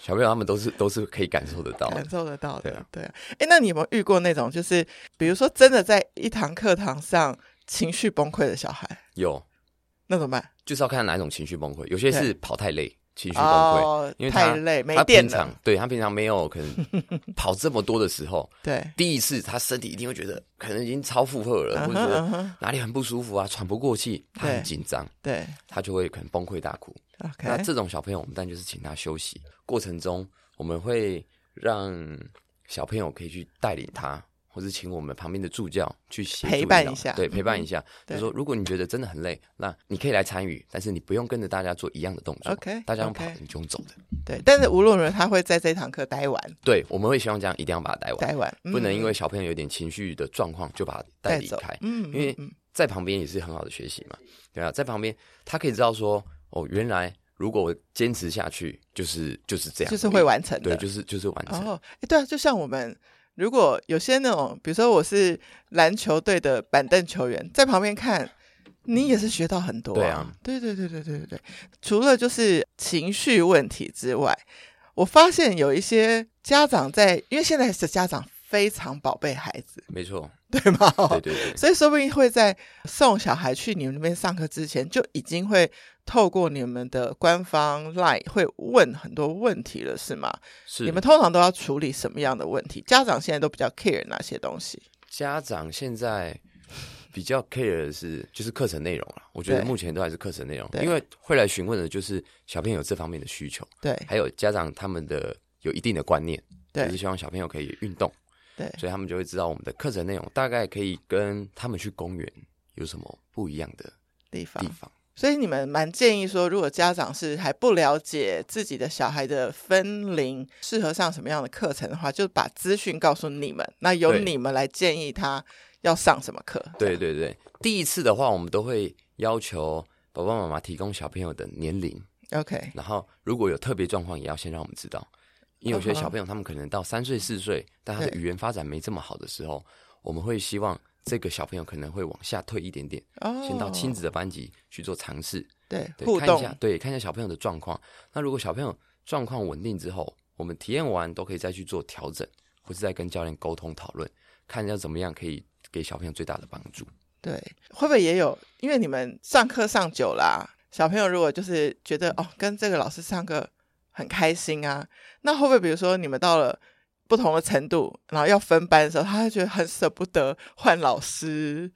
小朋友他们都是都是可以感受得到的感。受得到对的啊，对啊。哎，那你有没有遇过那种，就是比如说真的在一堂课堂上情绪崩溃的小孩，有那怎么办？就是要看哪一种情绪崩溃，有些是跑太累，情绪崩溃，哦因为他太累，没他电平常了，对他平常没有 可能跑这么多的时候，对，第一次他身体一定会觉得可能已经超负荷嗯了，或哼者觉嗯得哼哪里很不舒服啊，喘不过气，他很对紧张，对他就会可能崩溃大哭。 ，OK，那这种小朋友，我们当然就是请他休息。过程中，我们会让小朋友可以去带领他，或是请我们旁边的助教去协助陪伴引导一下嗯对，陪伴一下。对就说，如果你觉得真的很累，那你可以来参与，但是你不用跟着大家做一样的动作。 OK，大家用跑 OK 的，你就用走的。对，但是无论如何，他会在这堂课待完，对，我们会希望这样，一定要把他带完，待完，嗯不能因为小朋友有点情绪的状况就把他带带离走开，。嗯，因为嗯在旁边也是很好的学习嘛，对啊，在旁边他可以知道说，哦，原来如果我坚持下去，就是就是这样，就是会完成的，对，就是就是完成。哦，诶对啊，就像我们如果有些那种，比如说我是篮球队的板凳球员，在旁边看，你也是学到很多、对啊，对对对对对对对。除了就是情绪问题之外，我发现有一些家长在，因为现在的家长非常宝贝孩子， 没错，对吗？对对 对，所以说不定会在送小孩去你们那边上课之前，就已经会透过你们的官方 LINE 会问很多问题了，是吗？是你们通常都要处理什么样的问题？家长现在都比较 care 哪些东西？家长现在比较 care 的是就是课程内容了。我觉得对目前都还是课程内容，对因为会来询问的就是小朋友有这方面的需求，对还有家长他们的有一定的观念，就是对希望小朋友可以运动，对所以他们就会知道我们的课程内容大概可以跟他们去公园有什么不一样的地方地，方。所以你们蛮建议说，如果家长是还不了解自己的小孩的分龄适合上什么样的课程的话，就把资讯告诉你们，那由对你们来建议他要上什么课。对对对，第一次的话，我们都会要求爸爸妈妈提供小朋友的年龄。 ，OK，然后如果有特别状况，也要先让我们知道，因为有些嗯哼小朋友他们可能到三岁四岁，但他的对语言发展没这么好的时候，我们会希望这个小朋友可能会往下退一点点，哦，先到亲子的班级去做尝试，对对，互看一下动，，对，看一下小朋友的状况。那如果小朋友状况稳定之后，我们体验完都可以再去做调整，或是再跟教练沟通讨论，看要怎么样可以给小朋友最大的帮助。对，会不会也有？因为你们上课上久啦、小朋友如果就是觉得哦，跟这个老师上课很开心啊，那会不会比如说你们到了不同的程度，然后要分班的时候，他会觉得很舍不得换老师？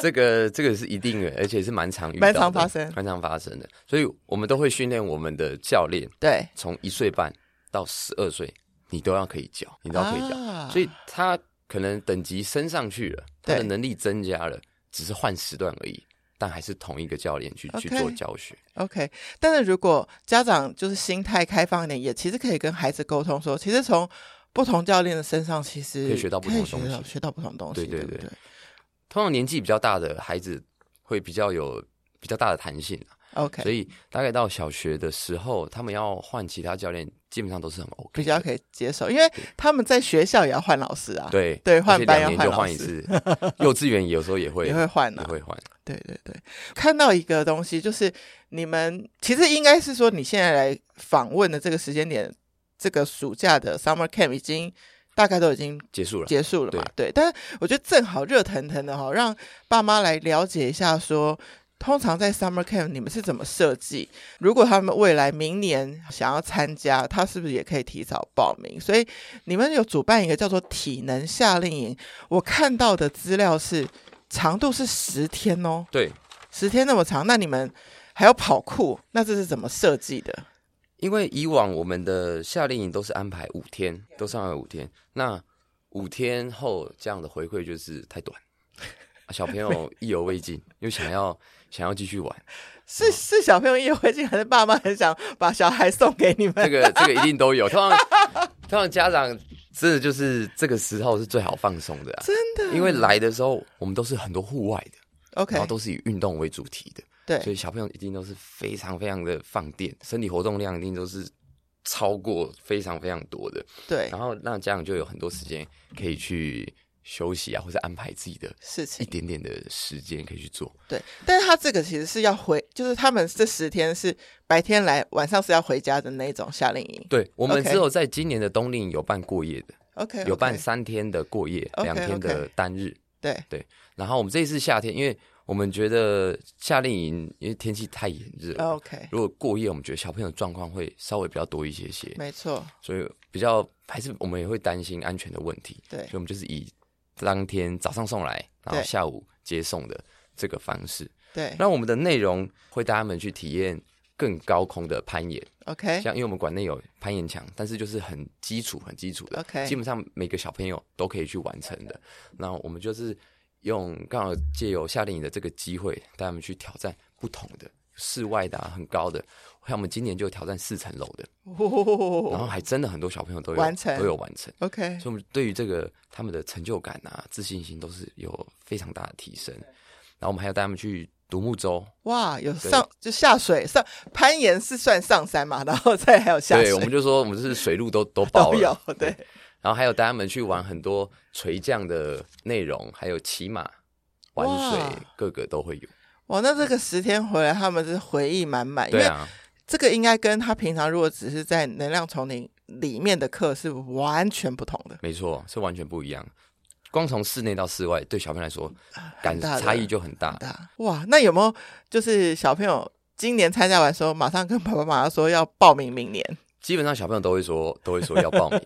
这个这个是一定的，而且是蛮常遇到蛮的，常发生蛮常发生的。所以我们都会训练我们的教练，对，从一岁半到十二岁，你都要可以教，你都要可以教。啊所以他可能等级升上去了，他对的能力增加了，只是换时段而已，但还是同一个教练去去 OK 做教学。 OK，但是如果家长就是心态开放一点，也其实可以跟孩子沟通说，其实从不同教练的身上，其实可以学到不同可的以学东到西学到不同东西，对对对不对通常年纪比较大的孩子会比较有比较大的弹性啊、 OK，所以大概到小学的时候，他们要换其他教练，基本上都是很 OK，比较可以接受，因为他们在学校也要换老师啊，，对对而且换班两要年换就老换一次，幼稚园有时候也会也会换也啊，会换，对对对，看到一个东西，就是你们其实应该是说，你现在来访问的这个时间点，这个暑假的 summer camp 已经大概都已经结束了。结束了嘛？对，但是我觉得正好热腾腾的哈、哦，让爸妈来了解一下说。通常在 summer camp 你们是怎么设计？如果他们未来明年想要参加，他是不是也可以提早报名？所以你们有主办一个叫做“体能夏令营”，我看到的资料是长度是十天哦，对，十天那么长，那你们还要跑酷，那这是怎么设计的？因为以往我们的夏令营都是安排五天，都是安排五天。那五天后这样的回馈就是太短，啊小 朋友意犹未尽，又想要想要继续玩。啊是是小朋友意回去，还是爸妈很想把小孩送给你这们？个这个一定都有。通常通常家长真的就是这个时候是最好放松的、啊，真的因为来的时候我们都是很多户外的， OK，然后都是以运动为主题的。所对以小朋友一定都是非常非常的放电，身体活动量一定都是超过非常非常多的，对然后让家长就有很多时间可以去休息啊，或者安排自己的事一情点点的时间可以去做。对，但是他这个其实是要回，就是他们这十天是白天来，晚上是要回家的那种夏令营。对我们 OK 只有在今年的冬令有办过夜的 OK，有办三天的过夜， OK，两天的 OK 单日。对然后我们这一次夏天，因为我们觉得夏令营因为天气太炎热了， OK，如果过夜，我们觉得小朋友的状况会稍微比较多一些些。没错，所以比较还是我们也会担心安全的问题，对所以我们就是以当天早上送来，然后对下午接送的这个方式。对那我们的内容会带他们去体验更高空的攀岩， OK 像因为我们馆内有攀岩墙，但是就是很基础、很基础的 OK 基本上每个小朋友都可以去完成的。那我们就是用刚好借由夏令营的这个机会，带他们去挑战不同的室外的、啊、很高的，像我们今年就有挑战四层楼的。然后哦还真的很多小朋友都有完成都有完成， ，OK 所以我们对于这个他们的成就感啊、自信心都是有非常大的提升。然后我们还要带他们去独木舟，哇，有上就下水上攀岩是算上山嘛，然后再还有下对，水我们就说我们是水 路都都爆都有了，对。然后还有带他们去玩很多垂降的内容，还有骑马、玩水哇，各个都会有。哇，那这个十天回来，他们是回忆满满，因对为啊，这个应该跟他平常如果只是在能量丛林里面的课是完全不同的。没错，是完全不一样。光从室内到室外，对小朋友来说，感大的差异就很大。大啊哇！那有没有就是小朋友今年参加完之后，马上跟爸爸妈妈说要报名明年？基本上小朋友都会说，都会说要 报名，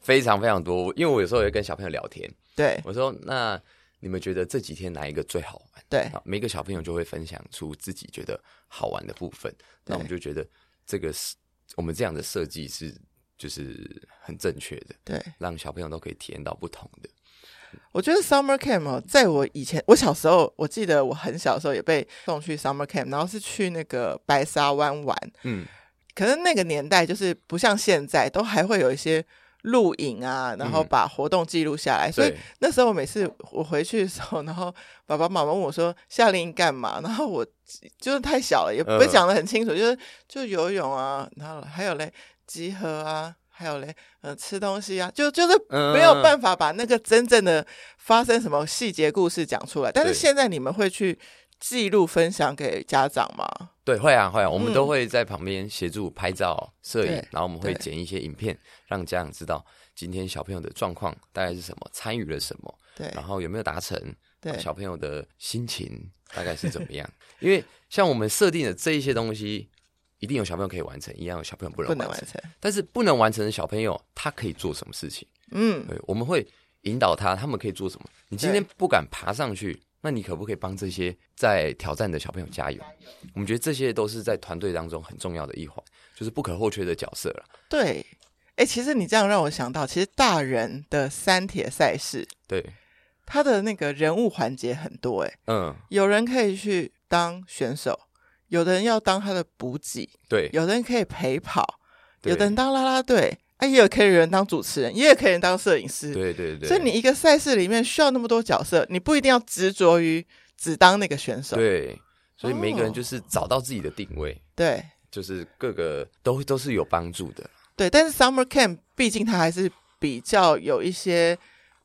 非常非常多。因为我有时候也会跟小朋友聊天，对我说：“那你们觉得这几天哪一个最好玩对？”好每个小朋友就会分享出自己觉得好玩的部分，那我们就觉得这个是我们这样的设计是就是很正确的，对，让小朋友都可以体验到不同的。我觉得 summer camp 哦，在我以前我小时候，我记得我很小的时候也被送去 summer camp，然后是去那个白沙湾玩。嗯，可是那个年代就是不像现在，都还会有一些录影啊，然后嗯把活动记录下来。所以对那时候我每次我回去的时候，然后爸爸妈妈问我说夏令营干嘛，然后我就是太小了，也不会嗯讲的很清楚，就是就游泳啊，然后还有嘞集合啊，还有嘞嗯、呃吃东西啊，就就是嗯没有办法把那个真正的发生什么细节故事讲出来。但是对现在你们会去记录分享给家长吗？对，会啊，会啊，我们嗯都会在旁边协助拍照、摄影对，然后我们会对剪一些影片，让家长知道今天小朋友的状况大概是什么，参与了什么，对然后有没有达成，对小朋友的心情大概是怎么样？ 因为像我们设定的这一些东西，一定有小朋友可以完成，一样有小朋友不能不完能成。完成。但是不能完成的小朋友，他可以做什么事情？嗯，对，我们会引导他，他们可以做什么？你今天不敢爬上去，那你可不可以帮这些在挑战的小朋友加油？我们觉得这些都是在团队当中很重要的一环，就是不可或缺的角色了。对。哎，其实你这样让我想到，其实大人的三铁赛事，对，他的那个人物环节很多。哎，嗯，有人可以去当选手，有的人要当他的补给，对，有的人可以陪跑，对有的人当啦啦队，啊，也有可以有人当主持人，也有可以有人当摄影师。对对对，所以你一个赛事里面需要那么多角色，你不一定要执着于只当那个选手。对，所以每个人哦就是找到自己的定位，对就是各个都都是有帮助的。对，但是 summer camp 毕竟它还是比较有一些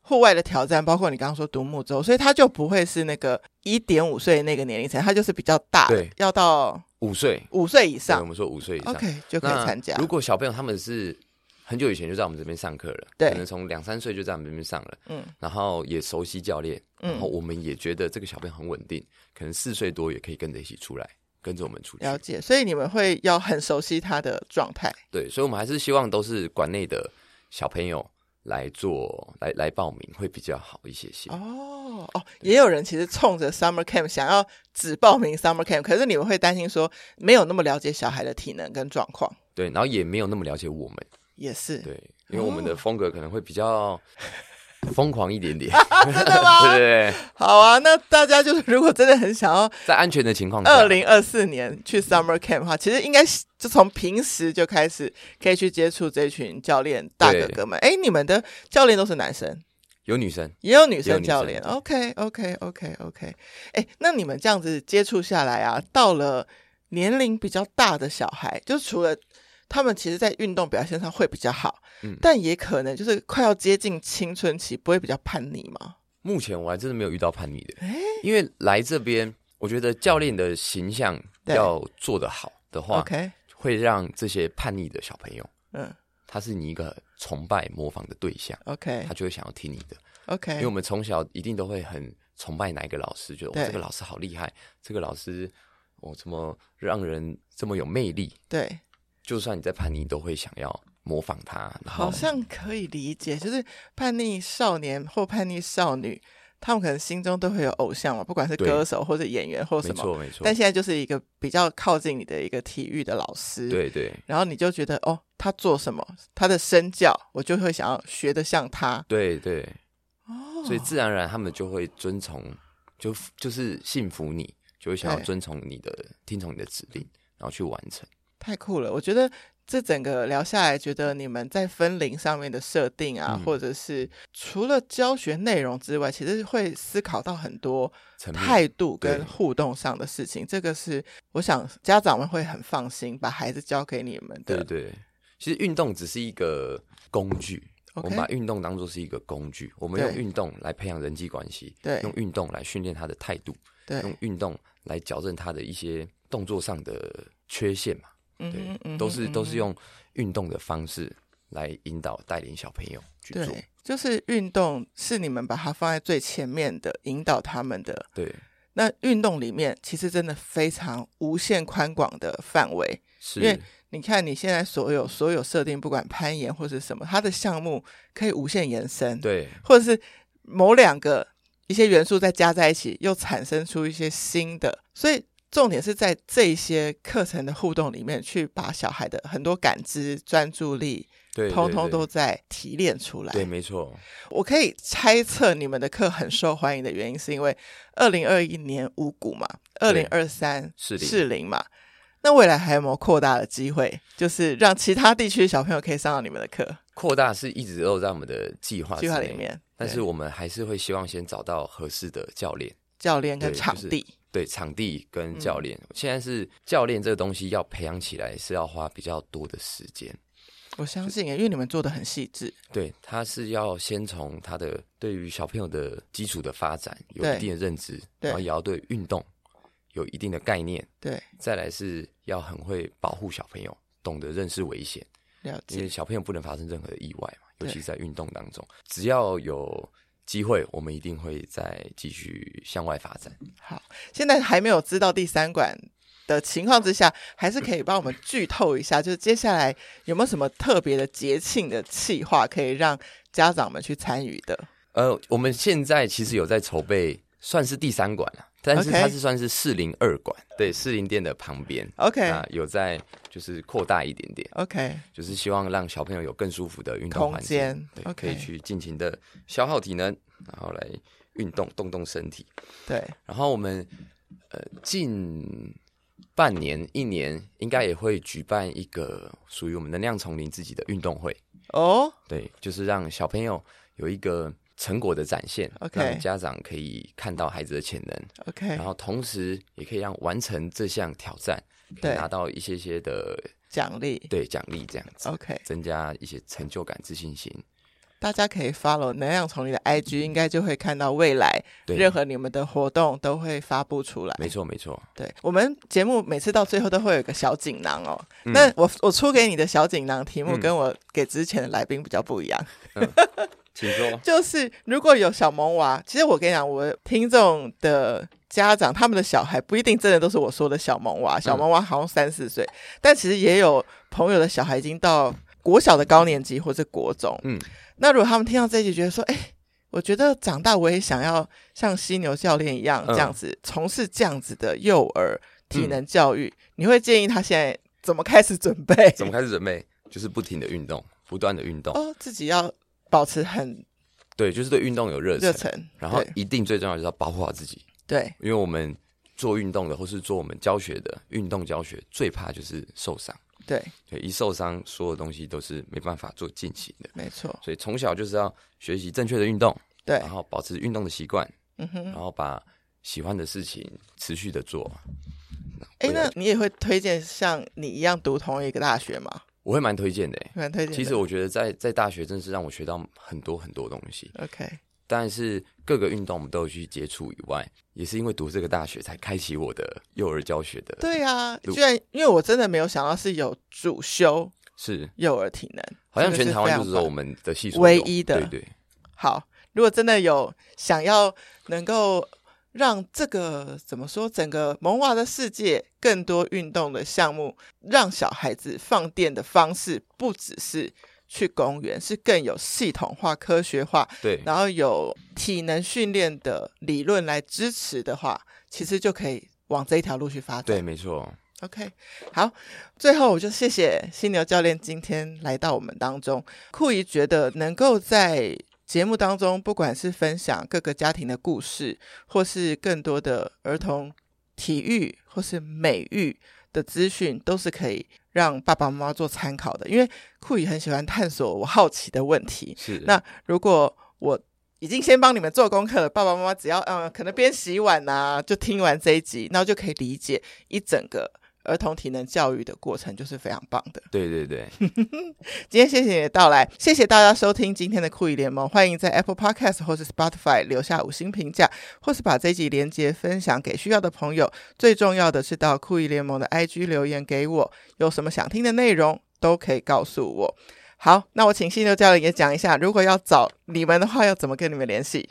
户外的挑战，包括你刚刚说独木舟，所以它就不会是那个一点五岁那个年龄层，它就是比较大的对，要到五岁五岁以对，我上们说五岁以上。 ，OK 就可那以参加。如果小朋友他们是很久以前就在我们这边上课了，对可能从两三岁就在我们这边上了，嗯然后也熟悉教练，嗯然后我们也觉得这个小朋友很稳定，可能四岁多也可以跟着一起出来，跟着我们出去。了解，所以你们会要很熟悉他的状态。对，所以我们还是希望都是馆内的小朋友来做，来来报名会比较好一些些。哦哦，也有人其实冲着 summer camp 想要只报名 summer camp，可是你们会担心说没有那么了解小孩的体能跟状况，对，然后也没有那么了解我们，也是对，因为我们哦的风格可能会比较 疯狂一点点，啊，真的吗？对对对， 好啊，那大家就是如果真的很想要在安全的情况下，二零二四年去 summer camp 的话，其实应该是就从平时就开始可以去接触这群教练大哥哥们。哎，你们的教练都是男生？有女生，也有女生教也练有女生 o k OK OK OK，哎，那你们这样子接触下来啊，到了年龄比较大的小孩，就除了他们其实在运动表现上会比较好，嗯但也可能就是快要接近青春期，不会比较叛逆吗？目前我还真的没有遇到叛逆的，哎因为来这边，我觉得教练的形象对要做得好的话，OK，会让这些叛逆的小朋友，嗯他是你一个崇拜模仿的对象， ，OK 他就会想要听你的。因为 OK，我们从小一定都会很崇拜哪一个老师，觉得对哇，这个老师好厉害，这个老师哦怎么让人这么有魅力？对，就算你在叛逆，都会想要模仿他。然后好像可以理解，就是叛逆少年或叛逆少女，他们可能心中都会有偶像嘛，不管是对歌手或者演员或没什么。错没错但，现在就是一个比较靠近你的一个体育的老师，对对然后你就觉得哦，他做什么，他的身教，我就会想要学得像他。对对，哦，所以自然而然他们就会遵从，就就是信服你，就会想要对遵从你的，听从你的指令，然后去完成。太酷了！我觉得这整个聊下来，觉得你们在分龄上面的设定啊，嗯或者是除了教学内容之外，其实会思考到很多层面态度跟对互动上的事情。这个是我想家长们会很放心把孩子交给你们对的。对，其实运动只是一个工具。 OK 我们把运动当做是一个工具，我们用对运动来培养人际关系，对用运动来训练他的态度，对用运动来矫正他的一些动作上的缺陷嘛，嗯对哼，嗯哼都是嗯都哼是用运动的方式来引导带领小朋友去做，对，就是运动是你们把它放在最前面的，引导他们的对，那运动里面其实真的非常无限宽广的范围。因为是，你看你现在所有所有设定，不管攀岩或是什么，它的项目可以无限延伸，，对，或者是某两个一些元素再加在一起，又产生出一些新的。所以重点是在这些课程的互动里面，去把小孩的很多感知、专注力，对，通对通对都在提炼出来。对，没错，我可以猜测你们的课很受欢迎的原因，是因为二零二一年五股嘛，二零对二三士林士林嘛。那未来还有没有扩大的机会，就是让其他地区的小朋友可以上到你们的课扩大是一直都在我们的计划计划之内里，面？但对啊是我们还是会希望先找到合适的教练，教练跟对场就是地，对场嗯地跟教练。现在是教练这个东西要培养起来是要花比较多的时间，我相信耶，欸因为你们做的很细致，对，他是要先从他的对于小朋友的基础的发展有对一定的认知，对然后也要对运动有一定的概念，对，再来是要很会保护小朋友，懂得认识危险，了因解，为小朋友不能发生任何的意外嘛，尤对其是在运动当中，只要有机会，我们一定会再继续向外发展。好，现在还没有知道第三馆的情况之下，还是可以帮我们剧透一下，就是接下来有没有什么特别的节庆的计划可以让家长们去参与的？呃，我们现在其实有在筹备，算是第三馆了、但是 OK 它是算是四零二馆，对，四零店的旁边。 OK 那有在就是扩大一点点， OK，就是希望让小朋友有更舒服的运动环境，空间对 OK 可以去尽情的消耗体能，然后来运动动动身体。 对，然后我们呃近半年一年应该也会举办一个属于我们能量丛林自己的运动会，哦，对，就是让小朋友有一个成果的展现 OK 哎让家长可以看到孩子的潜能， OK，然后同时也可以让完成这项挑战，可以对拿到一些些的奖励对奖励这样子。 OK，增加一些成就感、自信心。大家可以 follow 能量丛林的 IG，应该就会看到未来对，任何你们的活动都会发布出来。没错，没错。对我们节目每次到最后都会有一个小锦囊哦。那我我出给你的小锦囊题目嗯跟我给之前的来宾比较不一样，请说。就是如果有小萌娃，其实我跟你讲，我听众的家长他们的小孩不一定真的都是我说的小萌娃，嗯小萌娃好像三四岁，但其实也有朋友的小孩已经到国小的高年级或是国中。嗯，那如果他们听到这一集，觉得说，哎、我觉得长大我也想要像犀牛教练一样嗯这样子、从事这样子的幼儿体能教育，你会建议他现在怎么开始准备？怎么开始准备？就是不停的运动，不断的运动。哦，自己要保持很对，就是对运动有热热忱。忱，然后对一定最重要就是要保护好自己，对因为我们做运动的或是做我们教学的运动教学，最怕就是受伤。对，对，一受伤，所有东西都是没办法做进行的。没错，所以从小就是要学习正确的运动，对然，后保持运动的习惯，嗯哼然。后把喜欢的事情持续的做。哎，未来那你也会推荐像你一样读同一个大学吗？我会蛮推荐的欸。蛮推荐的。其实我觉得在在大学真是让我学到很多很多东西， OK，但是各个运动我们都有去接触以外，也是因为读这个大学才开启我的幼儿教学的。，对啊，读居然因为我真的没有想到是有主修是幼儿体能，好像这个全是台非湾常就是说棒我们的系数唯有一的对对，好，如果真的有想要能够让这个怎么说，整个萌娃的世界更多运动的项目，让小孩子放电的方式不只是去公园，是更有系统化、科学化，对然后有体能训练的理论来支持的话，其实就可以往这一条路去发展。对，没错。 OK，好，最后我就谢谢犀牛教练今天来到我们当中。酷姨觉得能够在节目当中，不管是分享各个家庭的故事，或是更多的儿童体育或是美育的资讯，都是可以让爸爸妈妈做参考的。因为酷姨很喜欢探索我好奇的问题，是那如果我已经先帮你们做功课了，爸爸妈妈只要嗯，可能边洗碗呐、就听完这一集，那就可以理解一整个儿童体能教育的过程，就是非常棒的。对对对，今天谢谢你的到来，谢谢大家收听今天的酷艺联盟。欢迎在 Apple Podcast 或是 Spotify 留下五星评价，或是把这一集连接分享给需要的朋友。最重要的是到酷艺联盟的 IG 留言给我，有什么想听的内容都可以告诉我。好，那我请新牛教练也讲一下，如果要找你们的话，要怎么跟你们联系？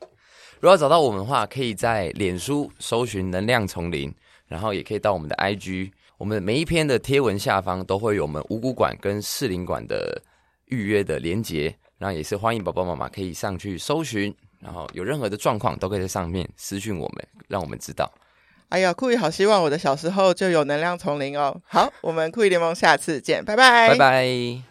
如果要找到我们的话，可以在脸书搜寻“能量丛林”，然后也可以到我们的 IG。我们每一篇的贴文下方都会有我们五谷馆跟士林馆的预约的连结，然后也是欢迎爸爸妈妈可以上去搜寻，然后有任何的状况都可以在上面私讯我们，让我们知道。哎呀，酷艺好希望我的小时候就有能量丛林哦。好，我们酷艺联盟下次见，拜拜，拜拜。